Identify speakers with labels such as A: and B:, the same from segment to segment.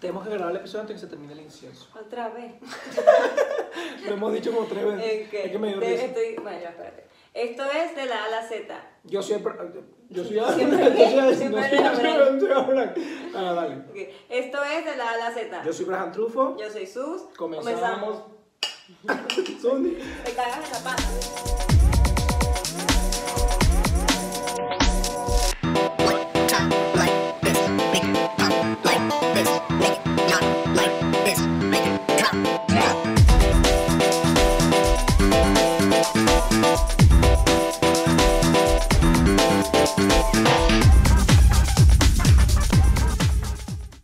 A: Tenemos que grabar el episodio antes de que se termine el incienso.
B: Otra vez.
A: Lo hemos dicho como tres veces.
B: Ok,
A: Es que me dio
B: de-
A: risa.
B: estoy- bueno, ya, espérate. Esto es de la A a la Z.
A: Yo siempre. Yo soy Alan.
B: Siempre-
A: Yo soy Alan.
B: siempre
A: Yo soy
B: Alan.
A: Alan. Yo soy Alan. Ah, dale.
B: Ok, Esto es de la A a la Z.
A: Yo soy Brajan Trufo.
B: Yo soy Sus.
A: Comenzamos. Sundi.
B: Te cagas en la pata.
C: Pump like this, make it pump like this, make it not like this, make it come now.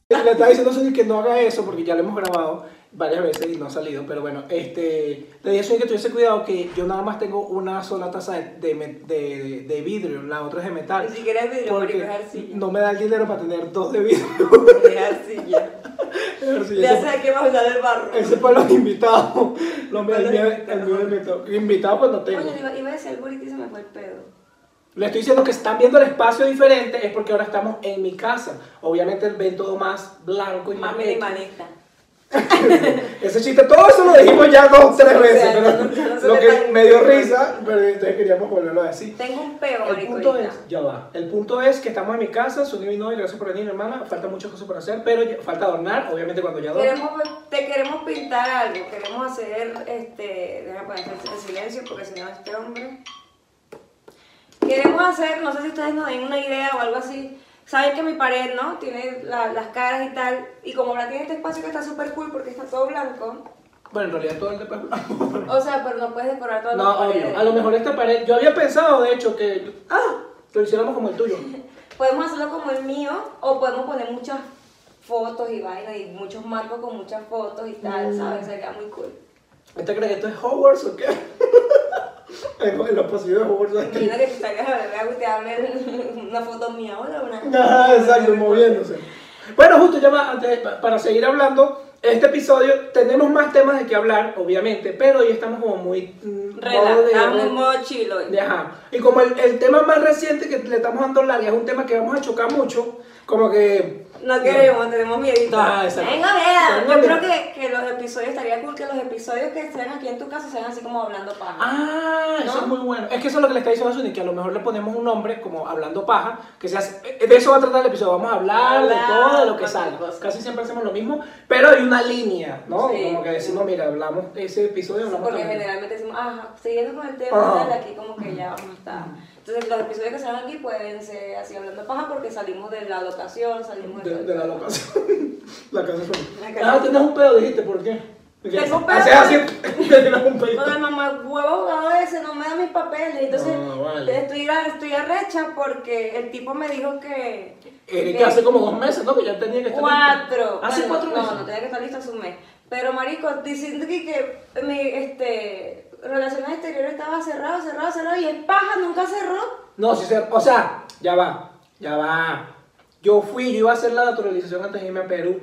A: Le estaba diciendo a Sundi que no haga eso porque ya lo hemos grabado varias veces y no ha salido. Pero bueno, este, le dije a Sundi que tuviese cuidado que yo nada más tengo una sola taza de, de me- de- de vidrio, la otra es de metal.
B: Ni siquiera es vidrio,
A: Ah, Porque
B: marico, es arcilla.
A: no me da el dinero para tener dos de vidrio.
B: De arcilla.
A: Es arcilla.
B: Le haces aquí más usar el barro.
A: Ese es para los invitados. Los míos, el
B: Para los
A: mío- el mío
B: invitados.
A: invitado. Invitado cuando tengo.
B: Oye, iba, iba a decir el burrito y se me fue el pedo.
A: Le estoy diciendo que están viendo el espacio diferente es porque ahora estamos en mi casa. Obviamente ven todo más blanco y más
B: Más
A: X.
B: Ah, minimalista.
A: Ese chiste, todo eso lo dijimos ya dos, tres
B: O sea,
A: veces.
B: no,
A: pero
B: no, no se
A: lo
B: le
A: que
B: está-
A: me dio risa, pero entonces queríamos volverlo a decir.
B: Tengo un peo,
A: El
B: marico.
A: punto
B: ahorita.
A: es, ya va. El punto es que estamos en mi casa, Sunny vino y gracias por venir, hermana. Falta muchas cosas por hacer, pero ya- falta adornar, obviamente cuando ya adorno.
B: Queremos, te queremos pintar algo, queremos hacer, este, déjame poner en silencio porque si no este hombre. Queremos hacer, no sé si ustedes nos den una idea o algo así. Saben que mi pared, ¿no? Tiene la- las caras y tal. Y como ahora tiene este espacio que está súper cool porque está todo blanco.
A: Bueno, en realidad todo el de
B: O sea, pero no puedes decorar todas las
A: No,
B: paredes.
A: obvio. A lo mejor esta pared. Yo había pensado, de hecho, que. ¡Ah! Lo hiciéramos como el tuyo.
B: Podemos hacerlo como el mío o podemos poner muchas fotos y vainas y muchos marcos con muchas fotos y tal, ¿sabes?
A: Mm.
B: Sería muy cool.
A: ¿Usted cree que esto es Hogwarts o qué? en en los pasillos de Hogwarts. aquí.
B: Imagina que te salgas a beber agua y te hable una foto mía ahora una.
A: Ajá, Ah, exacto, moviéndose. Bueno, justo ya va- antes, pa- para seguir hablando, este episodio tenemos más temas de que hablar, obviamente, pero hoy estamos como muy. mm, modo de-
B: Relajamos en modo chilo.
A: de- Ajá. Y como el, el tema más reciente que le estamos dando larga es un tema que vamos a chocar mucho, como que.
B: No queremos, tenemos miedito.
A: Ah, exacto.
B: Venga, vea.
A: Tengo
B: Yo
A: miedo.
B: creo que, que los episodios, estaría cool que los episodios que estén aquí en tu casa sean así como hablando paja.
A: Ah, eso
B: ¿No?
A: es muy bueno. Es que eso es lo que le está diciendo a Sunny, que a lo mejor le ponemos un nombre como hablando paja, que se hace, eh, de eso va a tratar el episodio, vamos a hablar de
B: Hablar,
A: todo, de lo que
B: cualquier
A: salga.
B: cosa.
A: Casi siempre hacemos lo mismo, pero hay una línea, ¿no?
B: Sí.
A: Como que decimos, mira, hablamos ese episodio, hablamos
B: Porque
A: también.
B: generalmente decimos, ajá, siguiendo con el tema,
A: Ajá.
B: tal, aquí como que ya vamos a estar. Entonces los episodios que salgan aquí pueden ser así hablando paja porque salimos de la locación, salimos
A: De,
B: todo.
A: de la locación. la casa
B: La
A: Sunny.
B: casa.
A: Ah, tienes un pedo, dijiste, ¿por qué? Porque
B: Tengo un pedo.
A: Haces así, que tienes un pedo.
B: Porque mamá huevo abogado ese no me da mis papeles. Entonces
A: No, vale.
B: estoy, a- estoy arrecha porque el tipo me dijo que.
A: Erika,
B: que
A: hace como dos meses, ¿no? Que ya tenía que estar.
B: Cuatro.
A: Hace
B: Bueno,
A: cuatro
B: no,
A: meses.
B: No, no tenía que estar lista hace un mes. Pero marico, diciendo que, que mi este, relaciones exteriores estaba cerrado, cerrado, cerrado y el paja nunca cerró.
A: No, sí, se- o sea, ya va, ya va. Yo fui, yo iba a hacer la naturalización antes de irme a Perú.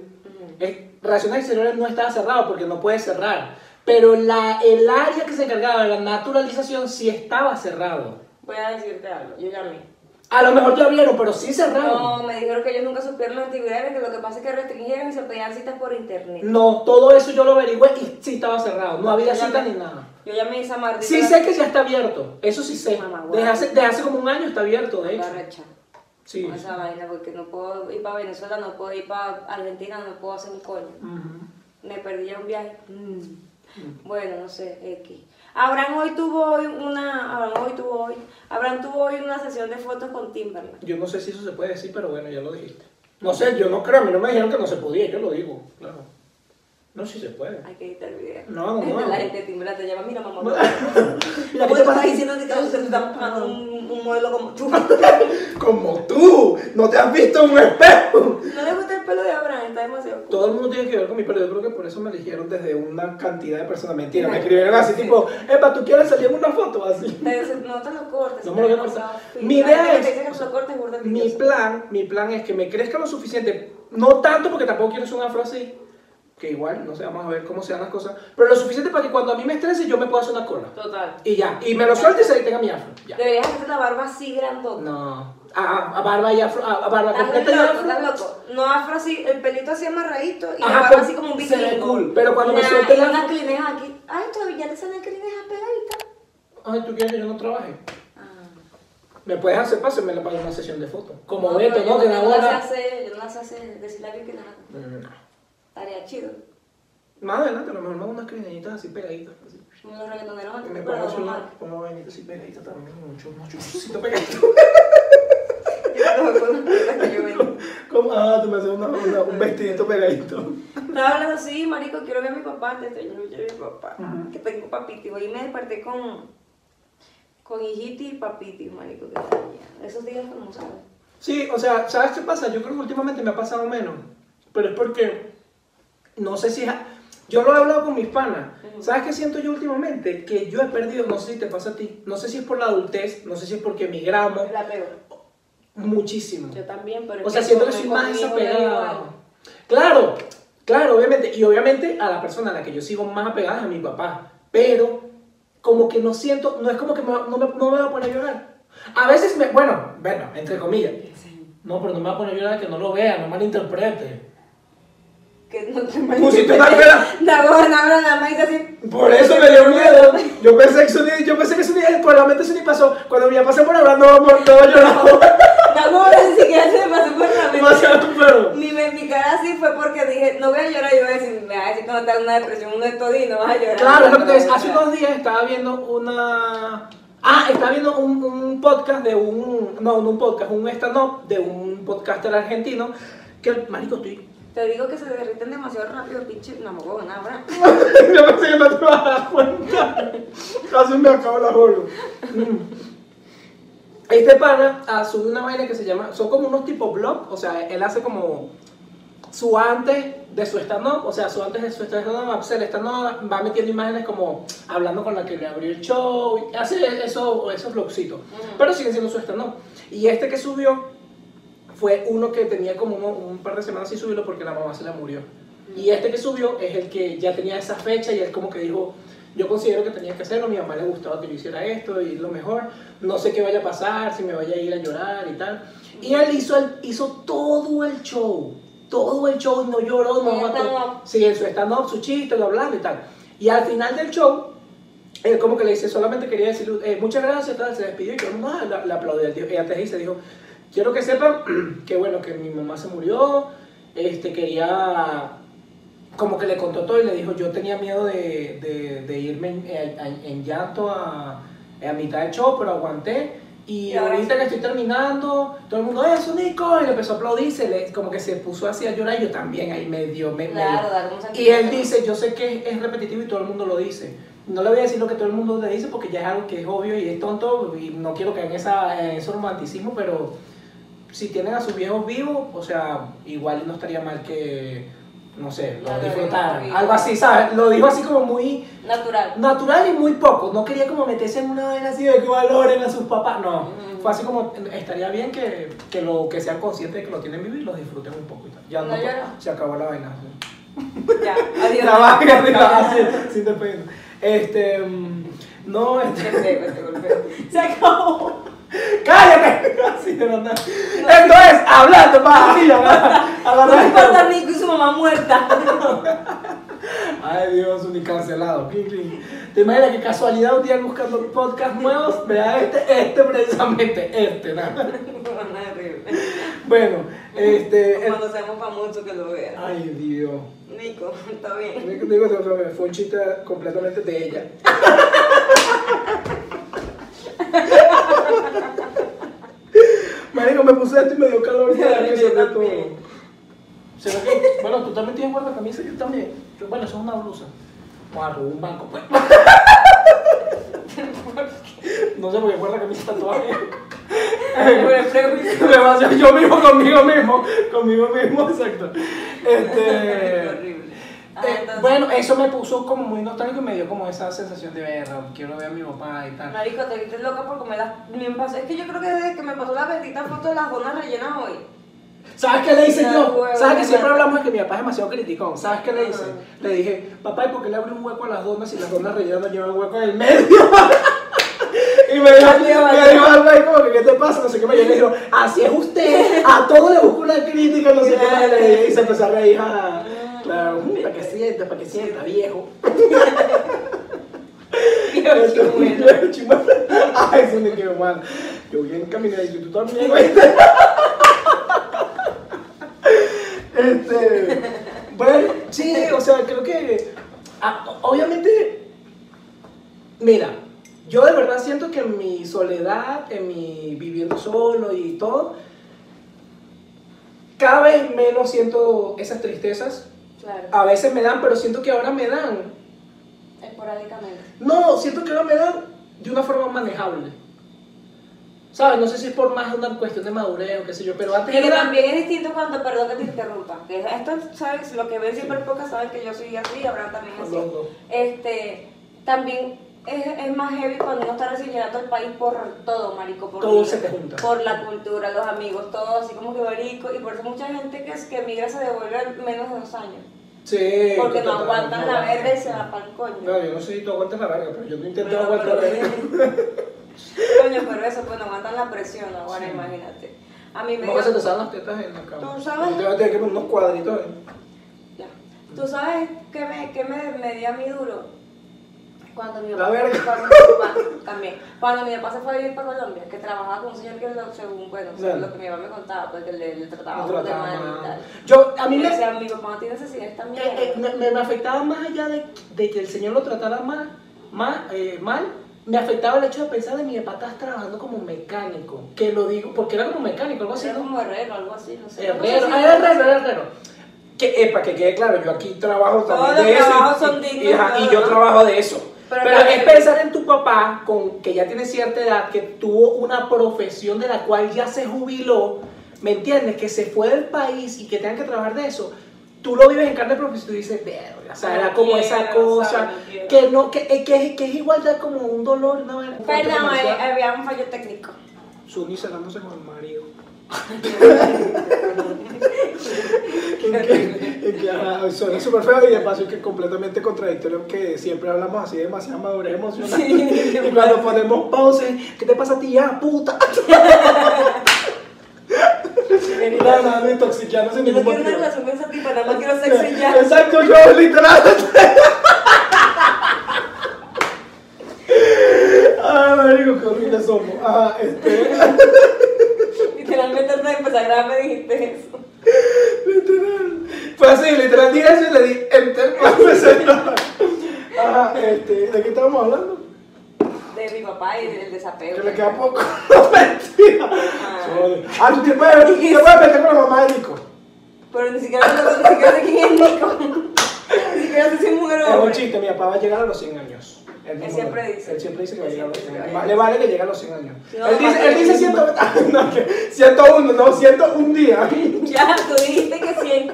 A: Eh, Relaciones Exteriores no estaba cerrado porque no puede cerrar. Pero la, el área que se encargaba de la naturalización sí estaba cerrado.
B: Voy a decirte algo, yo llamé.
A: A lo mejor ya abrieron, pero sí cerraron.
B: No, me dijeron que ellos nunca supieron las actividades, que lo que pasa es que restringieron y se pedían citas por internet.
A: No, todo eso yo lo averigüé y sí estaba cerrado. No había
B: Yo llamé-
A: cita ni nada.
B: Yo llamé a esa maldita.
A: Sí sé que ya está abierto. Eso sí sé.
B: Mamá, guau.
A: Desde hace, desde hace como un año está abierto, de hecho.
B: Arrecha.
A: Sí.
B: con esa vaina, porque no puedo ir para Venezuela, no puedo ir para Argentina, no puedo hacer mi coño.
A: Ujú.
B: Me perdí ya un viaje. Mm. Bueno, no sé, X. Abraham hoy tuvo hoy una. Abraham hoy tuvo hoy. Abraham tuvo hoy una sesión de fotos con Timberland.
A: Yo no sé si eso se puede decir, pero bueno, ya lo dijiste. No sé, yo no creo, a mí no me dijeron que no se podía, yo lo digo, claro. No, si se puede.
B: Hay que editar el video.
A: No, no, no.
B: La gente de Timberland te llama, mira mamá.
A: Mira,
B: ¿Cómo
A: ¿qué te
B: te
A: pasa?
B: estás diciendo que te vas a estar pagando un, un modelo como tú? ¿No
A: Como tú, no te has visto en un espejo.
B: le gusta el pelo de Abraham? Está demasiado cool.
A: Todo el mundo tiene que ver con mi pelo, yo creo que por eso me eligieron desde una cantidad de personas. Mentira, me escribieron así, tipo, Epa, ¿tú quieres salir en una foto? Así.
B: Te- No te lo cortes.
A: No
B: te
A: me lo voy a
B: ves
A: cortar.
B: demasiado fino.
A: Mi
B: La
A: idea
B: gente que
A: es-
B: te dice que te lo cortes, burda
A: Mi
B: envidiosa.
A: plan, mi plan es que me crezca lo suficiente, no tanto porque tampoco quiero ser un afro así, que igual, no sé, vamos a ver cómo se dan las cosas, pero lo suficiente para que cuando a mí me estrese yo me pueda hacer una cola.
B: Total.
A: Y ya, y me lo suelte y se tenga mi afro. Ya.
B: Deberías hacerte la barba así grandota.
A: No, a, a- a barba y afro, a, a barba
B: Estás
A: completa y
B: loco,
A: afro.
B: estás loco. No afro así, el pelito así amarradito y
A: Ajá,
B: la barba
A: pero
B: así como un
A: se ve
B: vikingo.
A: cool, pero cuando me
B: Nah,
A: suelte
B: y
A: la-
B: unas clinejas aquí. Ay, todavía le salen clinejas pegaditas.
A: Ay, tú quieres que yo no trabaje.
B: Ah.
A: Me puedes hacer pásenme la para una sesión de fotos. Como
B: No,
A: Beto,
B: pero
A: ¿no?
B: yo
A: Que
B: no
A: la
B: las
A: hora.
B: hace, yo no las hace decirle a alguien que nada. Tarea chido.
A: Mm. Más adelante, a lo mejor me hago unas crinitas así pegaditas. Así.
B: Como los reggaetoneros
A: Y Me
B: pero
A: pongo así
B: normal.
A: una, pongo vainita así pegadita también, mucho, mucho, mucho pegadito.
B: Yo no con las cosas que yo vendo.
A: Como, ah, tú me haces una- una- un vestidito pegadito.
B: Estaba hablando así, marico, quiero ver a mi papá, te extraño mucho a mi papá. Que tengo papiti. Hoy me desperté con, con hijiti y papiti, marico, que tenía. Esos días como sabes.
A: Sí, o sea, ¿sabes qué pasa? Yo creo que últimamente me ha pasado menos. Pero es porque, no sé si es... a- Yo lo he hablado con mis panas.
B: Ujú.
A: ¿Sabes qué siento yo últimamente? Que yo he perdido, no sé si te pasa a ti, no sé si es por la adultez, no sé si es porque emigramos
B: La pego.
A: muchísimo.
B: Yo también, pero.
A: O sea, siento que soy más desapegado. Claro, claro, obviamente. Y obviamente a la persona a la que yo sigo más apegada es a mi papá. Pero como que no siento, no es como que me va- no, me, no me va a poner a llorar. A veces me, bueno, bueno, entre comillas. No, pero no me va a poner a llorar que no lo vea, no malinterprete.
B: Que no te
A: Pusiste una pera.
B: La voz, la voz, la maíz así.
A: Por eso me dio miedo. Yo pensé que eso ni, yo pensé que eso ni, probablemente eso ni pasó. Cuando mi papá se pone a hablar, no va a poner- no va a llorar.
B: La voz ni siquiera se me pasó por la mente.
A: Demasiado pero.
B: Mi, me- mi cara así fue porque dije, no voy a llorar, yo voy a decir, me vas a decir cuando te da una depresión, uno es todo y no vas a llorar.
A: Claro, es lo que te
B: No,
A: ves. Hace
B: no, no.
A: unos días estaba viendo una. Ah, estaba viendo un, un podcast de un. No, no un podcast, un stand-up de un podcaster argentino. Que, marico, estoy.
B: Te digo que se derriten demasiado rápido, pinche. No me puedo nada, ¿verdad?
A: Yo pensé que no te vas a dar cuenta. Casi me acabo la bolo. Mm. Este pana ah, sube una vaina que se llama. Son como unos tipo blog, o sea, él hace como. Su antes de su stand-up, o sea, su antes de su stand-up, hace el stand-up, va metiendo imágenes como hablando con la que le abrió el show, y hace eso, esos vlogcitos, pero siguen siendo su stand-up. Y este que subió fue uno que tenía como uno- un par de semanas sin subirlo porque la mamá se la murió. Y este que subió es el que ya tenía esa fecha y él como que dijo, yo considero que tenía que hacerlo, mi mamá le gustaba que yo hiciera esto y lo mejor, no sé qué vaya a pasar, si me vaya a ir a llorar y tal. Y él hizo, el- hizo todo el show, todo el show, no lloró, no
B: En
A: mató.
B: stand-up.
A: Sí, en su stand-up, su chiste, lo hablando y tal. Y al final del show, él Eh, como que le dice, solamente quería decir muchas gracias, tal, se despidió y todo el mundo, ah, la- le aplaudió. El tío- Y antes de irse dijo, quiero que sepan que bueno, que mi mamá se murió, este, quería, como que le contó todo y le dijo, yo tenía miedo de, de- de irme en, en- en- en llanto a, a mitad del show, pero aguanté. Y
B: Y ahora
A: ahorita que estoy terminando, todo el mundo, eso Nico, y le empezó a aplaudir, se le- como que se puso así a llorar y yo también ahí me dio, me, me
B: Claro,
A: dio.
B: dar un
A: Y él
B: sentimiento.
A: dice, yo sé que es repetitivo y todo el mundo lo dice. No le voy a decir lo que todo el mundo te dice porque ya es algo que es obvio y es tonto y no quiero caer en, esa, en ese romanticismo, pero si tienen a sus viejos vivos, o sea, igual no estaría mal que, no sé, lo
B: Claro,
A: disfrutaran.
B: vivo.
A: Algo así, ¿sabes? Lo dijo así como muy
B: Natural.
A: natural y muy poco. No quería como meterse en una vaina así de que valoren a sus papás. No,
B: Mm.
A: fue así como, estaría bien que, que, lo, que sean conscientes de que lo tienen vivo y lo disfruten un poco. y tal. Ya
B: No
A: no, pues,
B: llora.
A: se acabó la vaina. sí
B: Ya, adiós.
A: la vaca arriba, así, sí te pego. Este, mm, no, este,
B: Te pego, te golpeo. Se acabó.
A: cállate, así de verdad. Esto es hablando para mí,
B: No me importa
A: agarra.
B: Nico y su mamá muerta.
A: Ay Dios, un cancelado. Clink, clink. ¿Te imaginas qué casualidad un día buscando podcasts nuevos? Vea este, este precisamente, este, nada.
B: Una horrible.
A: Bueno, este, el-
B: Cuando seamos famosos que lo vean.
A: ay Dios.
B: Nico, está bien.
A: Digo, fue un chiste completamente de ella. Marico, me puse esto y me dio calor.
B: Yo
A: ¿sabes? Que se ve
B: también.
A: todo. ¿Será que- Bueno, tú también tienes guarda camisa, yo también. Yo, bueno, eso es una blusa. Guardo un banco, pues. No sé por qué guarda camisa tatuaje.
B: Pobre prejuicio.
A: Me va a hacer yo mismo conmigo mismo. Conmigo mismo, exacto. Este.
B: Horrible. Ah,
A: Eh,
B: entonces,
A: bueno, eso me puso como muy nostálgico y me dio como esa sensación de verga, quiero ver a mi papá y tal.
B: Marico, te viste loca por comer las. me pasó- Es que yo creo que desde que me pasó la bendita foto de las donas rellenas hoy.
A: ¿Sabes qué le hice
B: No,
A: yo?
B: huevo,
A: ¿Sabes que
B: no,
A: siempre
B: no.
A: hablamos de que mi papá es demasiado criticón? ¿Sabes qué le hice?
B: Ajá.
A: Le dije, papá, ¿y por qué le abre un hueco a las donas si las donas rellenas no llevan hueco en el medio? Y me dijo, me dijo algo ahí como que, ¿qué te pasa? No sé qué me yo le digo, así es usted, a todo le busco una crítica, no sé qué más le dije, y se empezó a reír, ah, claro, "Mm, para que sienta, para que sienta, viejo.
B: Bueno.
A: Chimuelo. Ay, se me quedó mal. Yo bien caminé y tú también, güey. Este. Bueno, sí, o sea, creo que. ah, o- obviamente. Mira, yo de verdad siento que en mi soledad, en mi viviendo solo y todo, cada vez menos siento esas tristezas.
B: Claro,
A: A veces me dan, pero siento que ahora me dan.
B: Ah. esporádicamente.
A: No, siento que ahora me dan de una forma manejable. ¿Sabes? No sé si es por más una cuestión de madurez o qué sé yo, pero antes
B: Pero
A: era-
B: también es distinto cuando, perdón que te interrumpa, que esto, ¿sabes? Lo que ven siempre pocas saben que yo soy así, Abraham también es así.
A: Loco.
B: Este, también es, es más heavy cuando uno está resignando al país por todo, marico. Por
A: Todo
B: la-
A: se te junta.
B: Por la cultura, los amigos, todo así como que marico. Y por eso mucha gente que, es- que emigra se devuelve en menos de dos años.
A: Sí.
B: Porque no
A: total,
B: aguantan
A: no
B: la
A: aguantan.
B: verga y se van para el coño.
A: No, yo no sé si tú aguantas la verga, pero yo no intento
B: Bueno,
A: aguantar la verga.
B: pero- Coño, pero eso, pues no aguantan la presión ahora,
A: Sí.
B: imagínate. A mí me
A: ¿Cómo que se te salen las tetas en la cama?
B: Tú sabes.
A: Te vas a tener que poner unos cuadritos eh. ahí.
B: Ya. ¿Tú sabes qué me, qué me, me dio a mí duro? Cuando mi
A: La
B: papá,
A: verga.
B: cuando mi papá- también. Cuando mi papá se fue a vivir para Colombia, que trabajaba con un señor que lo, según, bueno,
A: Claro.
B: según lo que mi papá me contaba, pues que le, le trataba
A: No
B: muy
A: trataba
B: mal y
A: nada.
B: tal.
A: Yo, a mí
B: Y
A: me,
B: yo decía, mi papá no tiene necesidad de esta mierda.
A: eh, eh, me, me- me afectaba más allá de, de que el señor lo tratara mal, mal, eh, mal, me afectaba el hecho de pensar de mi papá estás trabajando como mecánico. Que lo digo, porque era como mecánico, algo así,
B: Era
A: ¿no?
B: como herrero algo así, no sé.
A: Herrero,
B: No sé si-
A: ah, era herrero, era herrero. Que, epa, que quede claro, yo aquí trabajo también
B: Todos los
A: de eso. y-
B: trabajos son
A: y-
B: dignos,
A: y, ajá, y
B: todo,
A: yo
B: ¿no?
A: trabajo de eso. Pero,
B: Pero también-
A: es pensar en tu papá, con, que ya tiene cierta edad, que tuvo una profesión de la cual ya se jubiló, ¿me entiendes? Que se fue del país y que tengan que trabajar de eso. Tú lo vives en carne propia y tú dices, verga, o sea,
B: No
A: era como
B: quiero,
A: esa
B: o sea,
A: cosa,
B: no quiero.
A: que no, que, eh, que, es- que es igualdad como un dolor, ¿no?
B: Perdón, eh, había un fallo técnico.
A: Suni celándose con el marido. Suena súper feo y de paso que es completamente contradictorio que siempre hablamos así de demasiada madurez emocional. y cuando ponemos pausa, ¿qué te pasa a ti ya, puta? Nada, nada, intoxicándose
B: Yo
A: ningún
B: no quiero una
A: motivo.
B: relación con esa tipa, nada más quiero sexo y ya.
A: Exacto, yo literal. Ah, marico, qué horrible somos. Ajá, este.
B: Literalmente antes de empezar a grabar me dijiste eso.
A: Literal. Fue así, literal, di eso y le di enter para presentar. Ajá, este, ¿de qué estábamos hablando?
B: De mi papá y del desapego.
A: Que le queda poco. Mentira. Sorry. Ah, tú te puedes, tú te puedes meter con la mamá de Nico.
B: Pero ni siquiera, ni siquiera sé quién es Nico. ni siquiera sé si es mujer o
A: Es un
B: hombre.
A: chiste, mi papá va a llegar a los 100 años. Él, mismo
B: siempre
A: lo-
B: dice.
A: Él siempre dice que va a
B: Él
A: llegar a los
B: siempre
A: 100 años.
B: dice que va a
A: Le vale que llega a los 100 años.
B: No,
A: él dice, él
B: papá,
A: dice
B: sí.
A: 100, ah, no, que 101, no, 101 día.
B: Ya, tú dijiste que sí.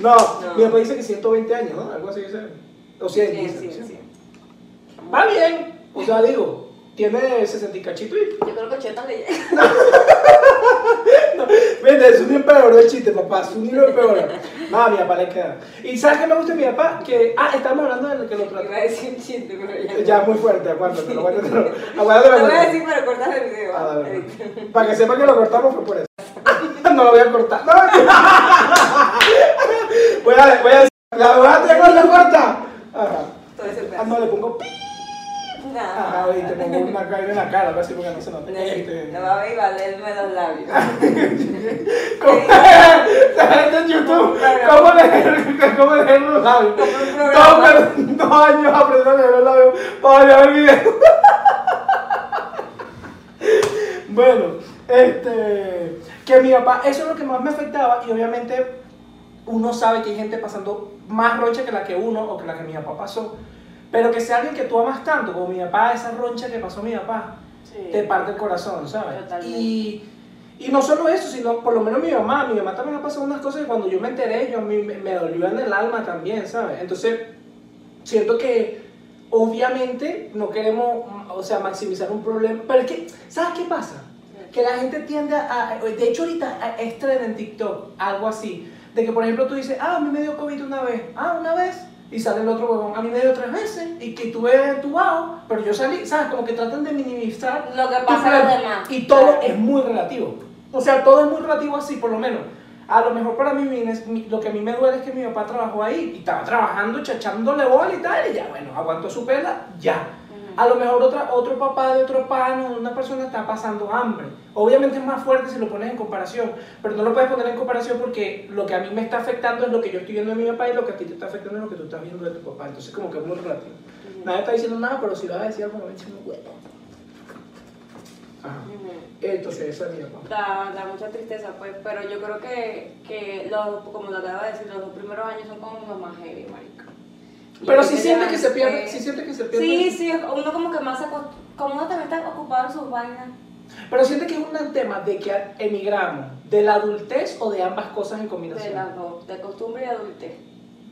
A: No,
B: No.
A: mi papá dice que 120 años, ¿no? Algo así dice. O 100,
B: Sí,
A: dice,
B: sí,
A: ¿sí?
B: sí.
A: Va bien. O sea, digo, tiene 60 y cachito y
B: Yo creo que 80 le llega.
A: Vende, es un empeoró el chiste, papá. Es un lo empeoró. No, a mi papá le queda. ¿Y sabes qué me gusta de mi papá? Que. Ah, estamos hablando de que lo
B: Iba
A: trata.
B: a decir un chiste, pero ya. no.
A: Ya, muy fuerte, aguántatelo, aguántatelo.
B: Lo voy a
A: Aguántatelo.
B: decir, pero cortas el video. Este,
A: Ah, dale, dale.
B: Edita.
A: Para que sepa que lo cortamos fue por eso. No lo voy a cortar. No. Voy a, voy a. La voy a tener la corta. Ajá.
B: Todo ese
A: Ah,
B: pedazo.
A: no, le pongo pi.
B: Nada.
A: Ajá, y te pongo una caída en la cara, algo así porque no se nota. Este. Ah,
B: No va a ir a leerme los labios.
A: ¿Cómo la gente en YouTube? ¿Cómo leer, cómo leer los labios?
B: Como un
A: Todos
B: programa.
A: perdieron dos años aprendiendo a leer los labios para ver el video. bueno, este. Que mi papá, eso es lo que más me afectaba y obviamente uno sabe que hay gente pasando más roncha que la que uno o que la que mi papá pasó. Pero que sea alguien que tú amas tanto, como mi papá, esa roncha que pasó mi papá,
B: Sí.
A: te parte el corazón, ¿sabes?
B: Totalmente.
A: Y, y no solo eso, sino por lo menos mi mamá, mi mamá también ha pasado unas cosas que cuando yo me enteré, yo a mí me, me dolió en el alma también, ¿sabes? Entonces, siento que obviamente no queremos, o sea, maximizar un problema, pero es que, ¿sabes qué pasa?
B: Sí.
A: que la gente tiende a, a- de hecho ahorita a- es trend en TikTok, algo así, de que por ejemplo tú dices, ah, a mí me dio COVID una vez, ah, una vez, y sale el otro huevón, a mí me dio tres veces, y que tú eres entubado, pero yo salí, ¿sabes? Como que tratan de minimizar
B: Lo que
A: tu
B: pasa a los
A: problema.
B: demás.
A: Y todo es muy relativo, o sea, todo es muy relativo así, por lo menos. A lo mejor para mí mi- mi- lo que a mí me duele es que mi papá trabajó ahí y estaba trabajando, chachándole bola y tal, y ya, bueno, aguantó su pela, ya. A lo mejor otra, otro papá de otro pano, de una persona está pasando hambre. Obviamente es más fuerte si lo pones en comparación, pero no lo puedes poner en comparación porque lo que a mí me está afectando es lo que yo estoy viendo de mi papá y lo que a ti te está afectando es lo que tú estás viendo de tu papá. Entonces como que es muy relativo. Nadie está diciendo nada, pero si vas a decir algo, me voy a echar un huevo. Ajá. Entonces, esa es mi papá.
B: Da, da mucha tristeza, pues, pero yo creo que, que los, como te acabo de decir, los dos primeros años son como los más heavy, marica. Y
A: Pero
B: yo
A: si
B: creo
A: siente que se
B: la-
A: pierde,
B: eh,
A: si siente que se pierde.
B: Sí, sí, uno como que más se acost- como uno también está ocupado en sus vainas.
A: Pero siente que es un tema de que emigramos, de la adultez o de ambas cosas en
B: De
A: combinación.
B: las dos, de costumbre y adultez.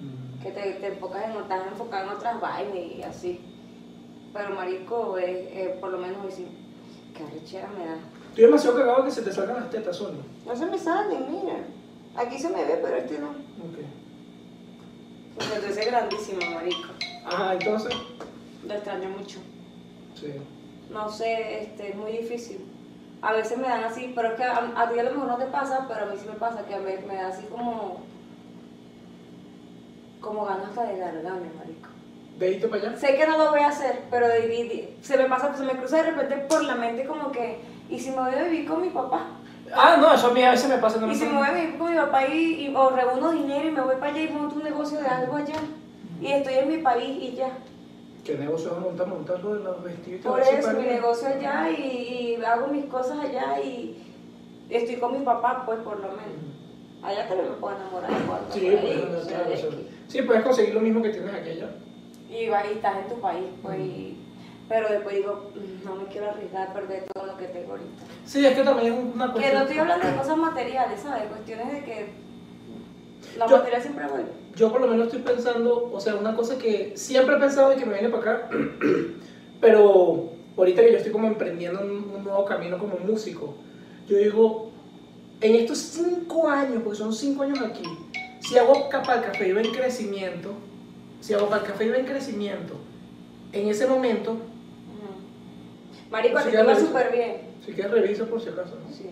A: Mm.
B: Que te, te enfocas en, estás enfocado en otras vainas y así. Pero marico, es, eh, por lo menos hoy sí. Qué arrechera me da.
A: Estoy demasiado cagado que se te salgan las tetas, Sonia.
B: No se me salen, mira. Aquí se me ve, pero este no.
A: Ok.
B: Porque tú eres grandísima, marico.
A: Ajá, entonces.
B: Lo extraño mucho.
A: Sí.
B: No sé, este, es muy difícil. A veces me dan así, pero es que a, a ti a lo mejor no te pasa, pero a mí sí me pasa que a veces me da así como. como ganas hasta de largarme, marico.
A: Dedito para allá.
B: Sé que no lo voy a hacer, pero de- de- de- se me pasa, se me cruza de repente por la mente como que. ¿Y si me voy a vivir con mi papá?
A: Ah, no, eso a mí a veces me pasa
B: ¿Y
A: también.
B: si me voy a vivir con mi papá y, y- o reúno dinero y me voy para allá y monto un negocio de algo allá? Y estoy en mi país y ya.
A: ¿Qué negocio vas a montar? Montar lo de los vestidos. y todo
B: Por
A: eso
B: eso,
A: para
B: mi
A: mí.
B: negocio allá y, y hago mis cosas allá y estoy con mi papá, pues por lo menos. Allá también me puedo enamorar igual. ¿no?
A: Sí,
B: Por
A: pues,
B: ahí,
A: no,
B: o sea,
A: claro,
B: de
A: eso.
B: aquí.
A: sí, puedes conseguir lo mismo que tienes aquí allá.
B: Y vas y estás en tu país, pues. y- pero después digo, "Mm, no me quiero arriesgar a perder todo lo que tengo ahorita.
A: Sí, es que también es una
B: Que no
A: cuestión.
B: estoy hablando de cosas materiales, ¿sabes? Cuestiones de que la
A: Yo-
B: materia siempre vuelve.
A: Yo por lo menos estoy pensando, o sea, una cosa que siempre he pensado y que me viene para acá, pero ahorita que yo estoy como emprendiendo un, un nuevo camino como músico, yo digo, en estos cinco años, porque son cinco años aquí, si hago capa el café iba en crecimiento, si hago para el café iba en crecimiento, en ese momento,
B: Ujú. Marico, a
A: Sí,
B: ti
A: ya
B: te va
A: lo hice.
B: súper bien.
A: si quieres reviso por si acaso, ¿no?
B: Sí.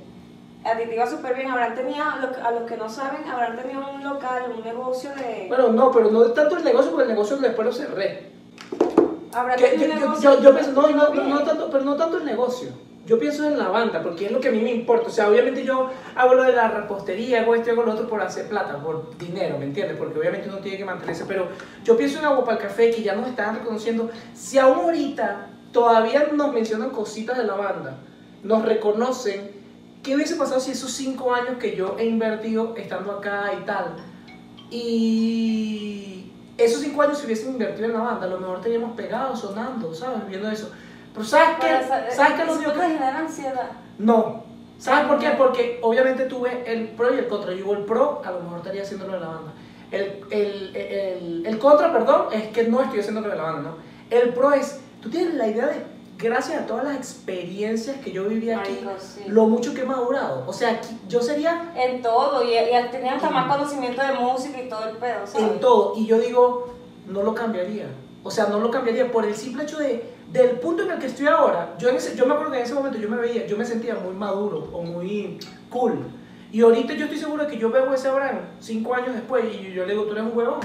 B: A ti te iba súper bien. Habrán tenido, a los- a los que no saben, habrán tenido un local, un negocio de.
A: Bueno, no, pero no tanto el negocio, porque el negocio después lo cerré.
B: Habrá
A: Que
B: que
A: yo, yo, yo- yo pienso, no, no, no, no tanto, pero no tanto el negocio. Yo pienso en la banda, porque es lo que a mí me importa. O sea, obviamente yo hago lo de la repostería, hago esto y hago lo otro por hacer plata, por dinero, ¿me entiendes? Porque obviamente uno tiene que mantenerse. Pero yo pienso en Agua para el Café, que ya nos están reconociendo. Si aún ahorita todavía nos mencionan cositas de la banda, nos reconocen, ¿qué hubiese pasado si esos cinco años que yo he invertido estando acá y tal? Y esos cinco años se hubiesen invertido en la banda, a lo mejor teníamos pegado, sonando, ¿sabes? Viendo eso. Pero ¿sabes qué? ¿Sabes qué
B: no
A: nos dio
B: te
A: que-
B: genera ansiedad.
A: No. ¿Sabes por qué? Porque obviamente tuve el pro y el contra. Yo digo, el pro, a lo mejor estaría haciendo lo de la banda. El, el, el- el contra, perdón, es que no estoy haciendo lo de la banda, ¿no? El pro es, tú tienes la idea de, gracias a todas las experiencias que yo viví aquí,
B: Marico, sí.
A: lo mucho que he madurado. O sea, aquí- yo sería
B: En todo, y, y tenía hasta más conocimiento de música y todo el pedo, ¿sabes?
A: en todo. Y yo digo, no lo cambiaría. O sea, no lo cambiaría por el simple hecho de, del punto en el que estoy ahora. Yo, en ese- yo me acuerdo que en ese momento yo me veía, yo me sentía muy maduro o muy cool. Y ahorita yo estoy seguro que yo veo ese Abraham cinco años después y yo le digo, tú eres un huevón.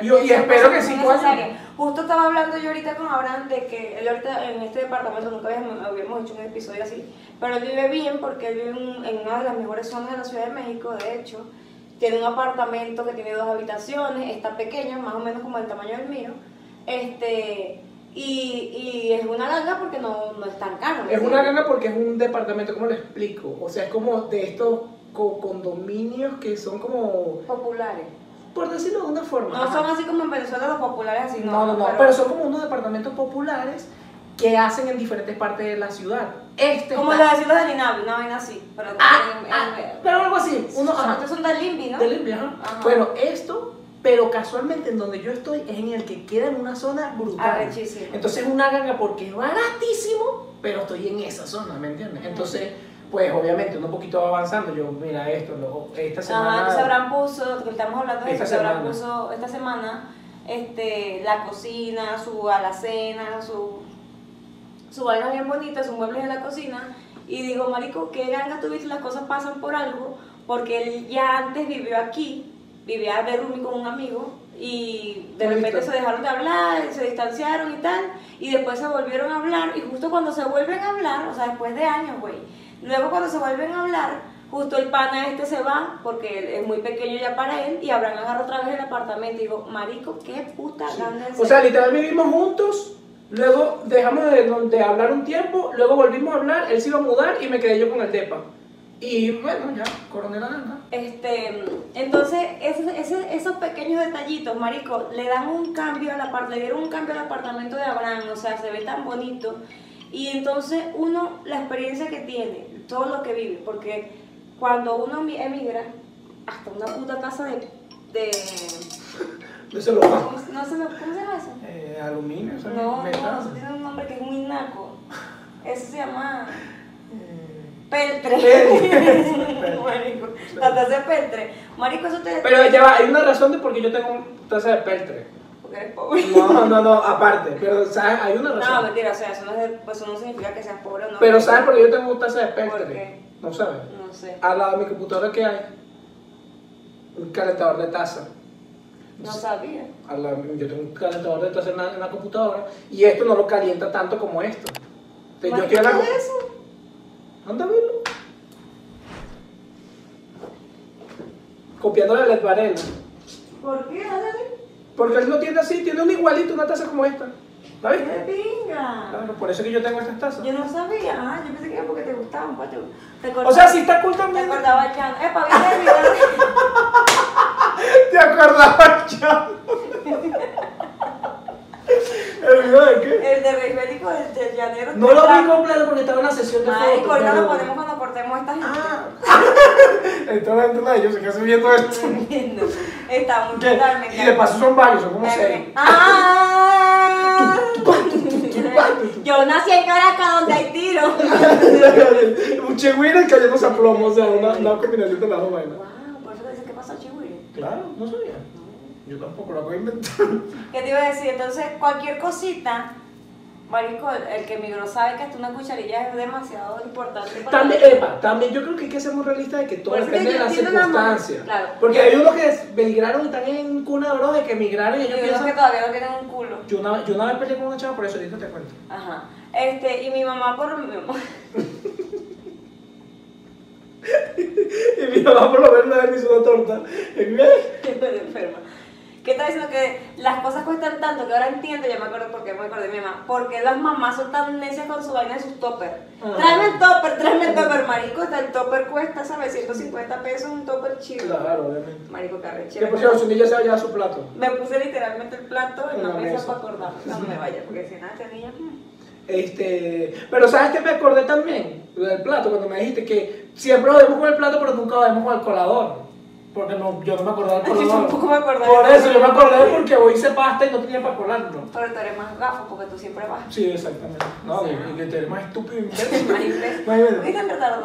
A: Y- y
B: Esas cosas
A: espero que
B: son
A: cinco años.
B: necesarias. Justo estaba hablando yo ahorita con Abraham de que él ahorita en este departamento nunca habíamos, habíamos hecho un episodio así, pero él vive bien porque él vive en- en una de las mejores zonas de la Ciudad de México, de hecho. Tiene un apartamento que tiene dos habitaciones, está pequeño, más o menos como el tamaño del mío. Este, y, y es una ganga porque no, no es tan caro.
A: Es
B: ¿sí?
A: una gana porque es un departamento, ¿cómo lo explico? O sea, es como de estos co- condominios que son como,
B: Populares.
A: por decirlo de una forma.
B: No
A: ajá.
B: son así como en Venezuela los populares, así
A: No, no, no, pero, son como unos departamentos populares que hacen en diferentes partes de la ciudad. Este
B: Como
A: está-
B: la de Ciudad del Inavi, una vaina así. Pero
A: Ah,
B: en- en-
A: ah, pero algo así, uno
B: Son-
A: ajá,
B: estos son del Limbi, ¿no? Ah,
A: del enviaje.
B: Ajá.
A: Bueno, esto, Pero casualmente en donde yo estoy es en el que queda en una zona brutal.
B: Arrechísimo.
A: Entonces es una ganga porque es baratísimo, pero estoy en esa zona, ¿me entiendes? Entonces, pues obviamente uno un poquito va avanzando. Yo, mira esto, lo- esta
B: Ajá,
A: semana.
B: Ah, entonces Abraham puso, que estamos hablando de
A: Esta
B: eso, que Abraham
A: semana.
B: puso esta semana este, la cocina, su alacena, su, su vaina bien bonita, sus muebles en la cocina. Y digo, Marico, qué ganga tuviste, las cosas pasan por algo, porque él ya antes vivió aquí, vivía de Rumi con un amigo, y de
A: Muy
B: repente
A: listo.
B: se dejaron de hablar, se distanciaron y tal, y después se volvieron a hablar, y justo cuando se vuelven a hablar, o sea, después de años, güey, luego cuando se vuelven a hablar, justo el pana este se va, porque él es muy pequeño ya para él, y Abraham agarra otra vez el apartamento, y digo, marico, qué puta ganga
A: O sea, literal vivimos juntos, luego dejamos de, de hablar un tiempo, luego volvimos a hablar, él se iba a mudar y me quedé yo con el depa. Y bueno, ya, coroné la ganga.
B: Este, entonces, ese- ese- esos pequeños detallitos, marico, le dan un cambio a la parte, le dieron un cambio al apartamento de Abraham, o sea, se ve tan bonito. Y entonces uno, la experiencia que tiene, todo lo que vive, porque cuando uno mi- emigra, hasta una puta casa de... de
A: Yo se lo bajo.
B: ¿cómo, se- no sé, ¿Cómo se llama eso?
A: Eh, aluminio, o sea,
B: No, no,
A: metal.
B: eso tiene un nombre que es muy naco. Eso se llama...
A: Eh,
B: Peltre.
A: Peltre.
B: Marico, la taza de peltre. Marico, eso te...
A: Pero ya va, hay una razón de por qué yo tengo taza de peltre.
B: Porque eres pobre.
A: No, no, no, aparte, pero ¿sabes? hay una
B: No,
A: razón.
B: mentira, o sea, eso no, es- pues, eso no significa que seas pobre o no.
A: Pero ¿sabes por qué yo tengo taza de peltre?
B: ¿Por qué?
A: No sabes.
B: No sé.
A: Al lado de mi computadora que hay un calentador de taza.
B: No sabía.
A: a la- yo tengo un calentador de taza en la, en la computadora y esto no lo calienta tanto como esto. Entonces, yo estoy
B: Marico,
A: en la
B: ¿qué es eso?
A: Anda, velo. Copiándole a Led Varela.
B: ¿Por qué? Ándale.
A: Porque él no tiene así, tiene un igualito, una taza como esta. ¿La
B: ¡Qué
A: viste?
B: pinga!
A: Claro, por eso es que yo tengo estas tazas.
B: Ah. Yo no sabía, ah, yo pensé que era porque te gustaban, pues, te- te
A: O
B: acordabas-
A: sea, si está cool
B: Te
A: también.
B: acordaba ya. Epa, viste el video.
A: Te acordabas ya. ¿El video de qué?
B: El de Rey Bélico, el del llanero.
A: No lo vi completo porque estaba en la sesión de fotos.
B: Marico, ahorita
A: pero-
B: lo ponemos cuando cortemos esta gente.
A: Ah. Entonces, entonces, yo se quedan viendo esto.
B: Entiendo. Está muy
A: ¿Qué?
B: brutal, me
A: Y de
B: encanta.
A: paso son varios, son como
B: Me-
A: seis.
B: ¡Ah!
A: tu.
B: Yo nací en Caracas donde hay tiro.
A: Un chihuahua cayéndose a plomo, o sea, una, una combinación de las dos vainas.
B: Wow, por eso te dice que pasa chihuire.
A: Claro, no sabía. Yo tampoco lo acabo de inventar.
B: ¿Qué te iba a decir? Entonces, cualquier cosita, Marico, el- el que migró sabe que hasta una cucharilla es demasiado importante. para-
A: También, epa, también yo creo que hay que ser muy realista de que todo
B: Por eso
A: depende
B: que
A: de
B: yo
A: las
B: entiendo la mano,
A: circunstancias.
B: claro.
A: Porque hay unos que migraron y están en cuna de oro de que migraron y
B: Y
A: ellos
B: unos que
A: piensan.
B: todavía no tienen un culo.
A: Yo una, yo una vez peleé con una chava por eso, ahorita te cuento.
B: Ajá. Este, y mi mamá por mi mamá.
A: Y mi mamá por lo menos una vez me hizo una torta. Y me-
B: que estoy enferma. ¿Qué está diciendo que las cosas cuestan tanto que ahora entiendo, ya me acuerdo porque me acordé de mi mamá, porque las mamás son tan necias con su vaina de sus topper.
A: Ah.
B: Tráeme el topper, tráeme el topper, marico, hasta el topper cuesta, ¿sabes? 150 pesos un topper chido.
A: Claro, obviamente.
B: Marico
A: Que
B: carrechero.
A: por cierto, su niña se va a llevar su plato.
B: Me puse literalmente el plato en la mesa para acordarme. No me vaya, porque si nada tenía. mm.
A: Este, pero sabes que me acordé también Lo del plato, cuando me dijiste que siempre jodemos con el plato, pero nunca jodemos con el colador. Porque no, yo no me acordaba del
B: Yo
A: colador.
B: tampoco me acordaba.
A: Por eso yo me acordé porque hoy hice pasta y no tenía para colarlo.
B: Pero tú eres más gafo porque tú siempre vas.
A: Sí, exactamente. No,
B: Sí.
A: y- y que te eres más estúpido.
B: Más
A: imbécil.
B: inglés.
A: Más
B: Muy
A: imbécil.
B: tan retardado.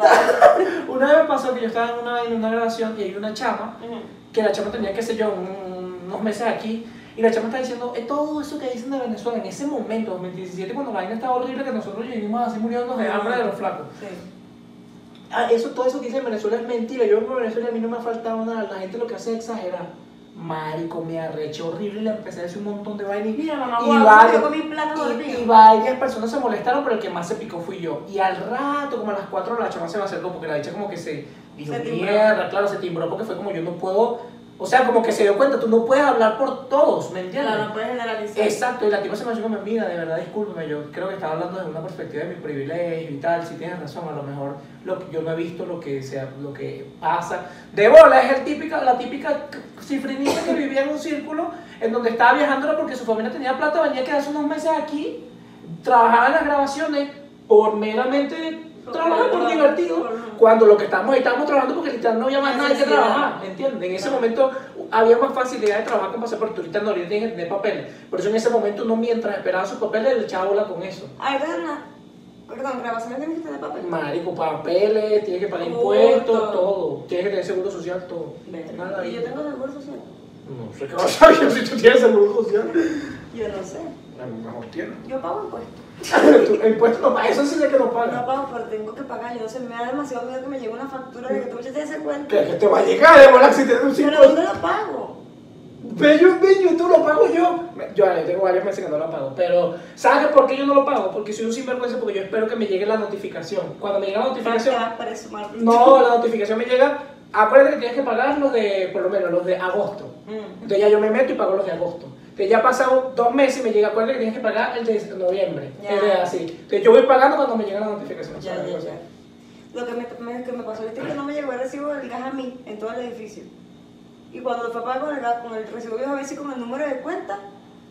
A: Una vez me pasó que yo estaba en una, en una grabación y hay una chama
B: Ujú.
A: que la chama tenía, qué sé yo, un- unos meses aquí, y la chama está diciendo, "Eh, todo eso que dicen de Venezuela en ese momento, 2017, cuando la vaina estaba horrible, que nosotros vivimos así muriéndonos de hambre de los flacos.
B: Sí.
A: Ah, eso, todo eso que dicen en Venezuela es mentira. Yo vengo a Venezuela y a mí no me ha faltado nada. La gente lo que hace es exagerar. Marico, me arreché horrible y le empecé a decir un montón de vainas. y-
B: Mira, mamá,
A: y
B: guau,
A: varias-
B: yo comí plátano
A: y-
B: dormido.
A: y varias personas se molestaron, pero el que más se picó fui yo. Y al rato, como a las 4 la chama se me acercó, porque la dicha como que se dijo,
B: Se timbró.
A: mierda, claro, se timbró, porque fue como yo no puedo. O sea, como que se dio cuenta, tú no puedes hablar por todos, ¿me entiendes?
B: Claro, no puedes generalizar.
A: Exacto, y la tipa se me acercó y me mira, de verdad, discúlpeme, yo creo que estaba hablando desde una perspectiva de mi privilegio y tal, si tienes razón, a lo mejor lo que- yo no he visto lo que sea, lo que pasa. De bola es el típica, la típica cifrinita que vivía en un círculo en donde estaba viajándola porque su familia tenía plata, venía a quedarse unos meses aquí, trabajaba en las grabaciones por meramente Trabaja por
B: no,
A: divertido.
B: por no.
A: Cuando lo que estamos, estamos trabajando porque literal no había más nada que
B: Necesidad.
A: trabajar, ¿entiendes? En ese
B: Claro.
A: momento había más facilidad de trabajar con pasaporte, ahorita no, ahorita tienes que tener papel. Por eso en ese momento uno mientras esperaba sus papeles le echaba bola con eso.
B: Ay, perdona. Perdón, grabaciones tienes que tener papel.
A: Marico, papeles, tienes que pagar
B: Todo.
A: impuestos, todo. Tienes que tener seguro social, todo. Nada
B: Verga.
A: ahí.
B: Y yo tengo seguro social.
A: No sé qué vas a saber si tú tienes seguro social.
B: Yo no sé.
A: A lo mejor tienes.
B: Yo pago impuestos.
A: Tú- Impuestos no pagas, eso sí es que no
B: No
A: pagas.
B: pago, pero tengo que pagar. Yo no sé, me da demasiado miedo que me llegue una factura de que tú te des cuenta.
A: Que que te va a llegar, de bola, si te un
B: Pero
A: impuestos.
B: ¿dónde lo pago?
A: Bello, bello, tú lo pago yo. Me- Yo yo tengo varios meses que no lo pago, pero ¿sabes por qué yo no lo pago? Porque soy un sinvergüenza, porque yo espero que me llegue la notificación. Cuando me llega la
B: Para que
A: notificación,
B: vas para eso, Marta.
A: no, la notificación me llega. Acuérdate que tienes que pagar los de, por lo menos, los de agosto.
B: Mm.
A: Entonces ya yo me meto y pago los de agosto. Entonces ya ha pasado dos meses y me llega, acuérdate que tienes que pagar el de noviembre.
B: Ya.
A: Es de así. Entonces yo voy pagando cuando me llega la notificación.
B: Ya,
A: ¿sabes?
B: ya, ya. Lo que me, me- que me pasó ahorita es que no me llegó el recibo del gas a mí, en todo el edificio. Y cuando fue a pagar con el, gas- con el recibo viejo, a ver si con el número de cuenta,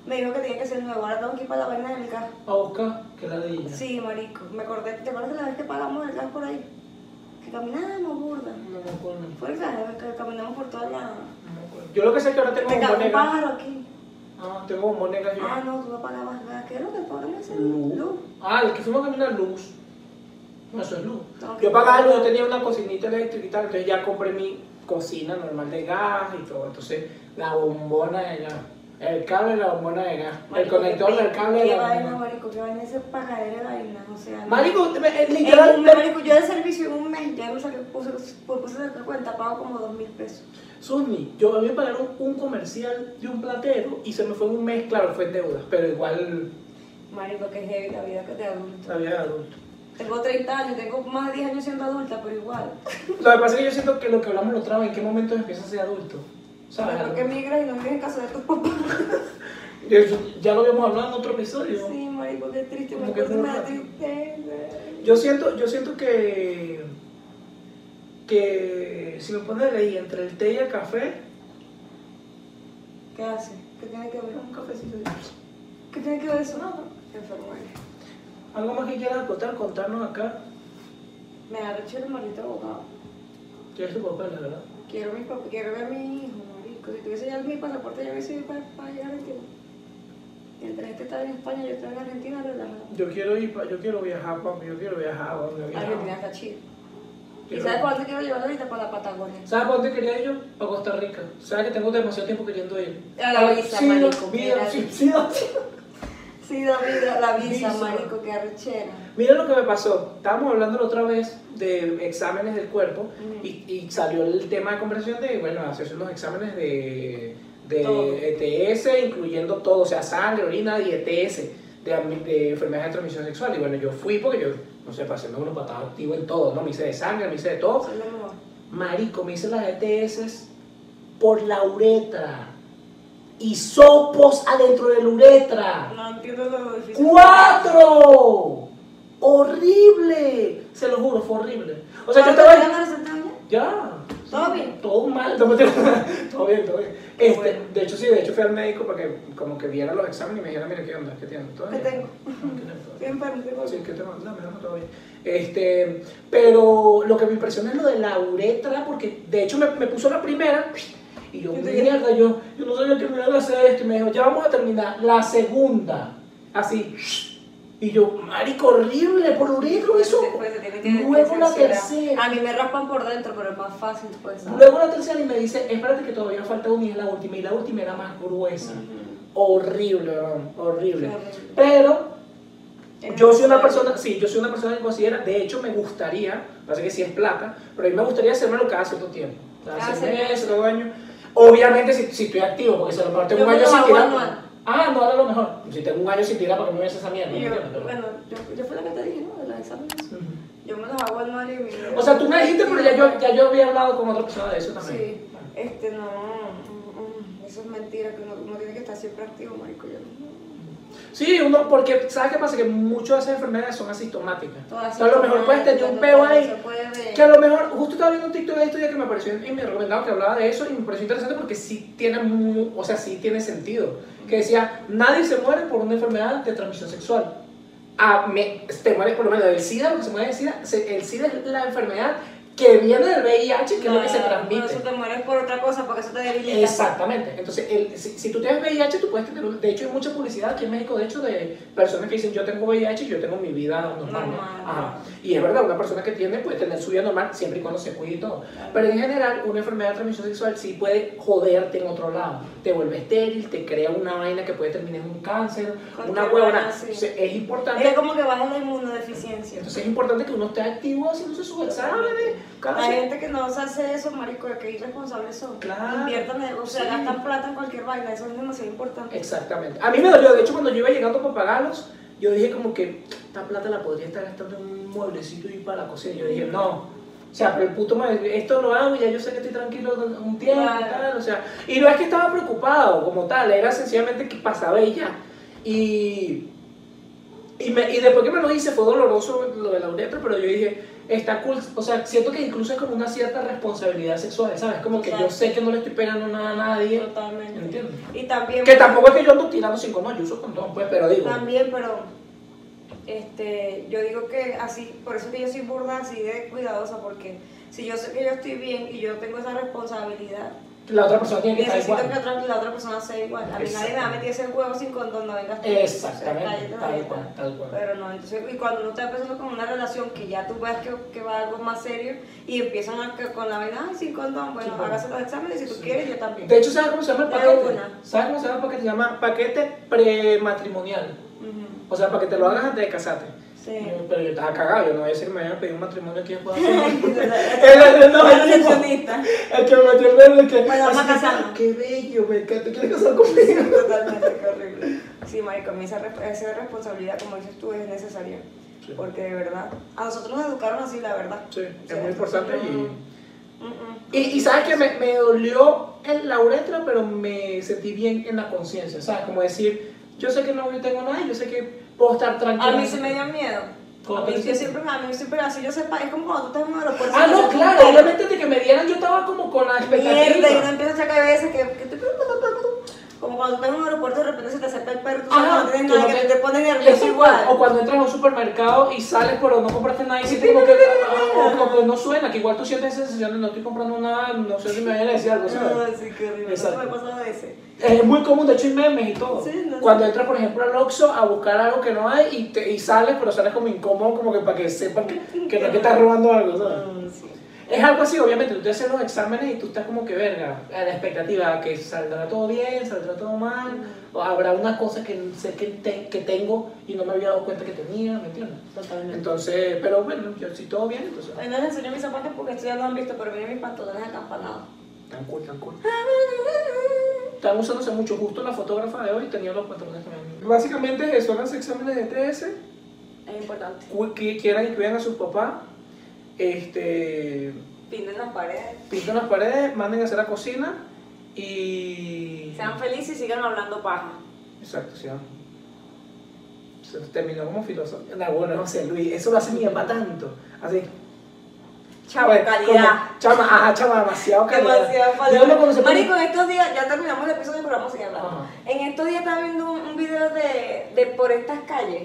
B: me dijo que tenía que ser nuevo. Ahora tengo que ir para la vaina del gas.
A: A buscar que la de ella.
B: Sí, marico. Me acordé, ¿te acuerdas de la vez que pagamos el gas por ahí? Que caminábamos, burda.
A: No me acuerdo.
B: Fue el gas, que caminamos por toda la...
A: No me acuerdo. Yo lo que sé es que ahora tengo
B: Me
A: un
B: cagó un
A: negra.
B: pájaro aquí.
A: Ah, tengo un negra yo.
B: Ah, no, tú no pagabas gas. ¿Qué es lo que pagan ese
A: Luz.
B: luz?
A: Ah, el que fuimos a caminar luz. No, eso es luz.
B: Ok.
A: Yo pagaba luz, yo tenía una cocinita eléctrica y tal, entonces ya compré mi cocina normal de gas y todo. Entonces, la bombona de gas. El cable de la bombona de gas. el
B: Marico,
A: conector
B: qué
A: del cable de
B: Qué
A: la
B: vaina,
A: bombona.
B: marico, qué vaina ese pagadero de vaina, o sea...
A: Marico, te- me- eh,
B: En
A: literal,
B: un mes, marico, yo de servicio en un mes, ya me salió, puse, puse sacar cuenta, pago como dos mil pesos.
A: Susni, yo a mí me pagaron un comercial de un platero y se me fue en un mes, claro, fue en deudas, pero igual
B: Marico, que heavy la vida que te adulto.
A: sabía de adulto.
B: Tengo 30 años, tengo más de 10 años siendo adulta, pero igual.
A: Lo que pasa es que yo siento que lo que hablamos la otra vez, ¿en qué momento empiezas a ser adulto? ¿Sabes?
B: ¿Por qué migras y no vives en casa de tus papás?
A: Eso Ya lo habíamos hablado en otro episodio.
B: Sí, marico, qué triste, me
A: Como que
B: acuerdo, me da
A: burla.
B: tristeza.
A: Yo siento, yo siento que, que si me pones a elegir entre el té y el café,
B: ¿Qué hace? ¿Qué tiene que ver?
A: un cafecito.
B: ¿Qué tiene que ver eso? No, enfermaria.
A: ¿Algo más que quieras acotar, contarnos acá?
B: Me da recho el maldito abogado.
A: Tienes tu papel, la verdad.
B: Quiero, mi papá, quiero ver a mi hijo, marico. Si tuviese ya mi pasaporte, ya hubiese ido para, para allá a Argentina. Mientras este está en España, yo estoy en Argentina, pero la-
A: Yo quiero ir, pa- yo quiero viajar, papi, yo quiero viajar, papi, yo quiero
B: Argentina
A: viajar.
B: está chido. ¿Y
A: Quiero-
B: sabes para dónde quiero llevarlo ahorita? Para la Patagonia.
A: ¿Sabes para dónde quería ir yo? Para Costa Rica. ¿Sabes que tengo demasiado tiempo queriendo ir?
B: A la visa,
A: sí,
B: marico,
A: Mira,
B: mira.
A: sí, sí, sí.
B: Sí, David, la visa,
A: Visa.
B: marico, qué arrechera.
A: Mira lo que me pasó. Estábamos hablando la otra vez de exámenes del cuerpo
B: Ujú.
A: y, y salió el tema de conversación de, bueno, hacerse unos exámenes de, de
B: Todo.
A: ETS, incluyendo todo, o sea, sangre, orina y ETS, de, am- de enfermedades de transmisión sexual. Y bueno, yo fui porque yo, no sé, pasé uno para estar activo en todo, ¿no? Me hice de sangre, me hice de todo.
B: Eso es lo mejor.
A: Marico, me hice las ETS por la uretra. Y sopos adentro de la uretra.
B: No entiendo lo difícil.
A: ¡Cuatro! ¡Horrible! Se lo juro, fue horrible. O sea, yo
B: ¿Cuánto te
A: estaba.
B: dan los resultados ya?
A: Ya.
B: ¿Todo bien?
A: Todo mal. no, mentira. todo bien, todo bien.
B: Qué
A: Este,
B: bueno.
A: De hecho, sí, de hecho fui al médico para que como que viera los exámenes y me dijera, mira, ¿qué onda? ¿Qué tienes? ¿Todo
B: ¿Qué
A: bien?
B: tengo?
A: Ah, ¿qué tienes? ¿Todo
B: Estoy enfermo, estoy
A: bien? Sí,
B: enfermo.
A: ¿qué te mando? No, me llamo todo bien. Este, pero lo que me impresiona es lo de la uretra, porque de hecho me, me puso la primera y yo,
B: ¿Y tú qué?
A: mierda, yo, yo no sabía que me iban a hacer esto. Y me dijo, ya vamos a terminar la segunda. Así. Y yo, marico, horrible, por uretro eso.
B: Después se tiene que
A: Luego la
B: desinfeccionar.
A: tercera.
B: A mí me raspan por dentro, pero es más fácil, pues. ¿sabes?
A: Luego la tercera y me dice, espérate que todavía falta una y es la última. Y la última era más gruesa. Horrible, weón, horrible.
B: Horrible.
A: Pero
B: Es
A: yo soy una
B: necesario.
A: persona, sí, yo soy una persona que considera, de hecho me gustaría, pasa que si es plata, pero a mí me gustaría hacérmelo cada cierto tiempo. Cada
B: Cada
A: seis
B: seis
A: meses, dos años. Obviamente si, si estoy activo, porque si a lo mejor tengo
B: Yo
A: un
B: me
A: año
B: lo
A: sin
B: hago
A: tirar.
B: anual.
A: Ah, no, a lo mejor. Si tengo un año sin tirar, ¿para qué me voy a hacer esa mierda?
B: Y
A: ¿Me
B: yo,
A: entiendes? Pero-
B: bueno, yo, yo fue la que te dije, ¿no? De los exámenes.
A: Ujú.
B: Yo me los hago anual y mi-
A: O sea, tú me dijiste, pero ya yo, ya yo había hablado con otra persona de eso también.
B: Sí, este no, mm, mm, eso es mentira, que uno, uno tiene que estar siempre activo, marico. Yo no.
A: Sí, uno, porque ¿sabes qué pasa? Que muchas de esas enfermedades son asintomáticas.
B: Todas
A: Entonces, a lo mejor puedes tener un
B: no-
A: peo
B: no
A: ahí.
B: se puede.
A: Que a lo mejor, justo estaba viendo un TikTok de esto día que me apareció en, en mi recomendado que hablaba de eso y me pareció interesante porque sí tiene, mu- o sea, sí tiene sentido. Que decía, nadie se muere por una enfermedad de transmisión sexual. a- me- te mueres por lo menos del SIDA, lo que se muere del SIDA, se- el SIDA es la enfermedad que viene del VIH, que es lo que se transmite.
B: Por eso te mueres por otra cosa, porque eso te debilita.
A: Exactamente. Entonces, el- si, si tú tienes VIH, tú puedes tener. un- De hecho, hay mucha publicidad aquí en México, de hecho, de personas que dicen yo tengo VIH y yo tengo mi vida normal. ¿no?
B: Normal.
A: Ajá. Y es verdad, una persona que tiene puede tener su vida normal siempre y cuando se cuide y todo.
B: Claro.
A: Pero en general, una enfermedad de transmisión sexual sí puede joderte en otro lado. Te vuelve estéril, te crea una vaina que puede terminar en un cáncer,
B: Cualquier
A: una huevona.
B: vaina, sí.
A: Entonces, es importante.
B: Es como que baja la inmunodeficiencia.
A: Entonces, es importante que uno esté activo haciéndose sus exámenes. cada
B: Hay
A: cierto-
B: gente que no se hace eso, marico, que irresponsables son.
A: Claro.
B: Inviertan, en- o sea,
A: Sí.
B: gastan plata en cualquier vaina, eso es demasiado importante.
A: Exactamente. A mí me dolió, de hecho cuando yo iba llegando con paganos, yo dije como que esta plata la podría estar gastando en un mueblecito y para la cocina. Yo dije, no. O sea, pero el puto madre, esto lo hago y ya yo sé que estoy tranquilo un tiempo y
B: Claro.
A: tal, o sea. Y no es que estaba preocupado como tal, era sencillamente que pasaba y ya. Y, y, me- y después que me lo hice fue doloroso lo de la uretra, pero yo dije, está cool. O sea, siento que incluso es como una cierta responsabilidad sexual, ¿sabes? Como que yo
B: Claro.
A: sé que no le estoy pegando nada a nadie.
B: Totalmente.
A: Entiendo.
B: Y también.
A: Que tampoco es que yo ando tirando sin comas, yo uso condón, pues, pero digo.
B: También, pero este, yo digo que así, por eso que yo soy burda así de cuidadosa, porque si yo sé que yo estoy bien y yo tengo esa responsabilidad,
A: La otra persona tiene que estar
B: necesito que
A: igual.
B: otra- la otra persona sea igual. A mí nadie me va a meter ese huevo sin condón, no vengas tú.
A: Exactamente,
B: O sea, cállate la
A: tal
B: boca.
A: cual, tal cual.
B: Pero no, entonces, y cuando uno está empezando con una relación que ya tú ves que, que va algo más serio y empiezan a, que con la vaina, "Ay, sin condón, bueno,
A: Sí, bueno.
B: hágase los exámenes si tú
A: Sí.
B: quieres, yo también.
A: De hecho, ¿sabes cómo se llama el
B: De
A: paquete?
B: una.
A: ¿Sabes cómo se llama el paquete? Se llama paquete prematrimonial.
B: Ujú.
A: O sea, para que te lo hagas antes de casarte.
B: Sí.
A: Yo- Pero yo estaba cagado, yo no voy a decir que me vayan a pedir un matrimonio aquí después. Así.
B: Entonces,
A: no,
B: la
A: el tipo.
B: recepcionista.
A: El que me metió el dedo, el que.
B: Bueno, Pues vamos a
A: así que, "Ah,
B: casarnos.
A: Qué bello, me encanta. ¿Te quieres casar conmigo?
B: Totalmente, qué horrible. Sí, marico, a mí esa, resp- esa responsabilidad, como dices tú, es necesaria.
A: Sí.
B: Porque de verdad, a nosotros nos educaron así, la verdad.
A: Sí, es
B: O sea,
A: muy importante
B: no-
A: y-
B: Mm, mm.
A: Y, y sabes que me, me dolió en la uretra, pero me sentí bien en la conciencia, ¿sabes? Como decir, yo sé que no tengo nada, y yo sé que puedo estar tranquilo.
B: A mí sí me dio miedo.
A: ¿Cómo
B: A
A: te
B: mí, yo
A: sientes?
B: siempre, a mí siempre, así yo sepa, es como cuando tú estás en un aeropuerto.
A: Ah,
B: y
A: no,
B: te
A: claro,
B: sientes-
A: obviamente de que me dieran yo estaba como con la
B: Mierda, y uno
A: expectativa.
B: empieza a echar cabeza, que, que te... Como cuando tú estás en un aeropuerto y de repente se te acerca el perro, tú sabes
A: Ajá,
B: que no tienes
A: tú
B: nada,
A: no
B: que
A: te-
B: te pones
A: Eso
B: nervioso
A: igual.
B: igual.
A: O cuando entras a un supermercado y sales pero no compraste nada y sientes como que ah, o como que no suena, que igual tú sientes esa sensación de no estoy comprando nada, no sé si me vayan a decir algo, ¿sabes?
B: No, sí, qué horrible. Eso
A: Exacto.
B: me ha pasado ese.
A: Es muy común, de hecho, hay memes y todo.
B: Sí, no sé.
A: Cuando entras, por ejemplo, al Oxxo a buscar algo que no hay y, te, y sales, pero sales como incómodo, como que para que sepan que, que no es que estás robando algo, ¿sabes?
B: Mm, sí.
A: Es algo así, obviamente, tú te haces los exámenes y tú estás como que verga, a la expectativa que saldrá todo bien, saldrá todo mal,
B: Mm.
A: o habrá unas cosas que sé que, te- que tengo y no me había dado cuenta que tenía, ¿me entiendes?
B: Totalmente.
A: Entonces, pero bueno, yo, si todo bien, entonces,
B: Hoy no les enseño mis zapatos porque estos ya lo han visto, pero miren mis pantalones acampanados.
A: tan cool, tan cool. Están usándose mucho, justo la fotógrafa de hoy tenía los patrones también. Básicamente son los exámenes de TS,
B: Es importante.
A: cu- que quieran que vean a sus papás, este,
B: Pinten las paredes.
A: pinten las paredes, manden a hacer la cocina y...
B: Sean felices y sigan hablando paja.
A: Exacto, sí. Se terminó como filósofo. No, bueno, no sé, Luis, eso lo hace mi papá tanto. Así.
B: Chavo,
A: Bueno,
B: calidad.
A: como- chama, ajá, chama, demasiado calidad.
B: Demasiado
A: Yo no conocí
B: palabra. Marico, en estos días, ya terminamos el episodio, pero vamos a seguir hablando.
A: Ajá.
B: En estos días estaba viendo un, un video de, de por estas calles.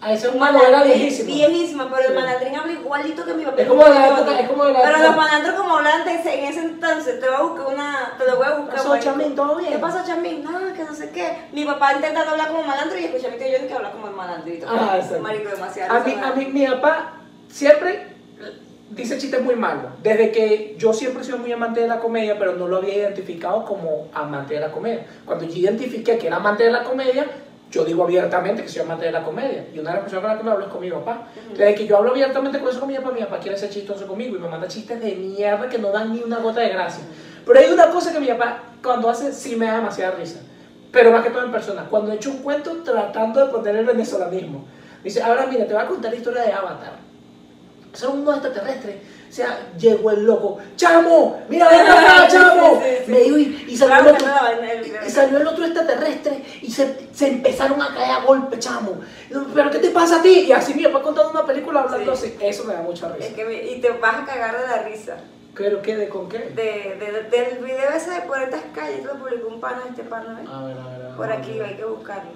A: A ese Ah, es un malandro viejísimo.
B: Viejísima, pero el
A: Sí.
B: malandrín habla igualito que mi papá.
A: Es como de la época- es como de la
B: Pero
A: época.
B: los malandros como hablan de ese- en ese entonces, te voy a buscar una, te lo voy a buscar.
A: ¿Qué pasó,
B: marico.
A: Chamín? ¿Todo bien?
B: ¿Qué pasa, Chamín? No, que no sé qué. Mi papá intentando hablar como malandro y escucha a mi tío Johnny que habla como el malandrito.
A: Ah, exacto.
B: Marico, demasiado.
A: A mí,
B: esa
A: a mí,
B: vaina.
A: mi papá siempre dice chistes muy malos. Desde que yo siempre he sido muy amante de la comedia, pero no lo había identificado como amante de la comedia. Cuando yo identifiqué que era amante de la comedia, yo digo abiertamente que soy amante de la comedia. Y una de las personas con las que me hablo es con mi papá. Desde que yo hablo abiertamente con eso con mi papá, mi papá quiere ser chistoso conmigo y me manda chistes de mierda que no dan ni una gota de gracia. Pero hay una cosa que mi papá cuando hace sí me da demasiada risa. Pero más que todo en persona. Cuando he hecho un cuento tratando de poner el venezolanismo. Dice, ahora mira, te voy a contar la historia de Avatar. Son unos extraterrestres. O sea, llegó el loco. ¡Chamo! ¡Mira, ven acá,
B: Sí,
A: chamo!
B: sí, sí.
A: Me dijo, y, y salió
B: Claro
A: el
B: que
A: otro.
B: no la vaina del video.
A: Y salió el otro extraterrestre y se, se empezaron a caer a golpe, chamo. ¿Pero qué te pasa a ti? Y así, mira, para contando una película hablando
B: Sí.
A: así. Eso me da mucha
B: Es
A: risa.
B: que me- y te vas a cagar de la risa.
A: ¿Pero qué? ¿De con qué?
B: De, de- de- del
A: Ah.
B: video ese de por estas calles, lo publicó un pana, este pana, ¿ves?
A: A ver, a ver. a ver,
B: Por
A: a ver.
B: aquí, hay que buscarlo.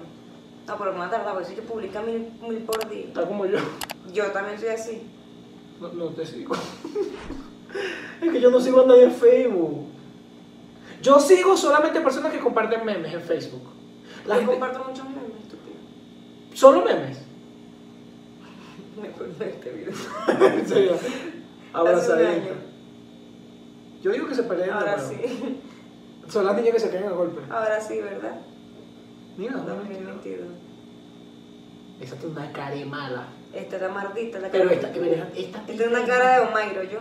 B: No, pero me va a tardar, porque si yo publica mil, mil por día.
A: Está como yo.
B: Yo también soy así.
A: No, no te sigo. es que yo no sigo a nadie en Facebook. Yo sigo solamente personas que comparten memes en Facebook. La
B: yo
A: gente-
B: comparto muchos memes, estúpido.
A: Solo memes.
B: Me acuerdo de este video.
A: en serio.
B: Hace
A: Abrazadito.
B: un año.
A: Yo digo que se peleen.
B: Ahora
A: pero
B: sí. Ah,
A: Son las niñas que se caen a golpe.
B: Ahora sí, ¿verdad?
A: Mira, no, mentira.
B: 2022.
A: Esa es una cara mala.
B: Esta es la mardita, la
A: Pero
B: cara.
A: esta que me deja. Esta
B: Esta es una cara de Omairo, yo.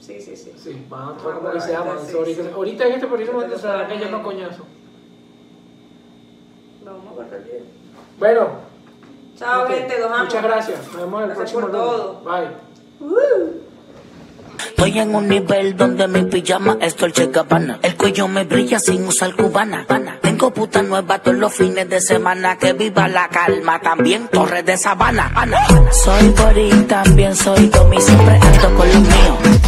B: Sí, sí, sí.
A: Sí, van a
B: Ah,
A: como que
B: bueno,
A: se aman.
B: ahorita sí,
A: sorry, que-
B: sí.
A: Ahorita en este preciso
B: Pero
A: momento se
B: te
A: van a
B: ponen
A: caer
B: ahí.
A: coñazo.
B: Vamos a cortar el video.
A: Bueno.
B: Chao,
A: ok,
B: gente, los amo.
A: Muchas gracias. Nos vemos en el
B: Gracias
A: próximo
B: por
A: lunes.
B: todo.
A: Bye.
B: Woo.
D: Estoy en un nivel donde mi pijama es Dolce Gabbana. El cuello me brilla sin usar cubana. pana. Tengo puta nueva todos los fines de semana. Que viva la calma, también Torres de Sabana. Ana. Soy Boris, también soy Tommy. Siempre ando con los míos.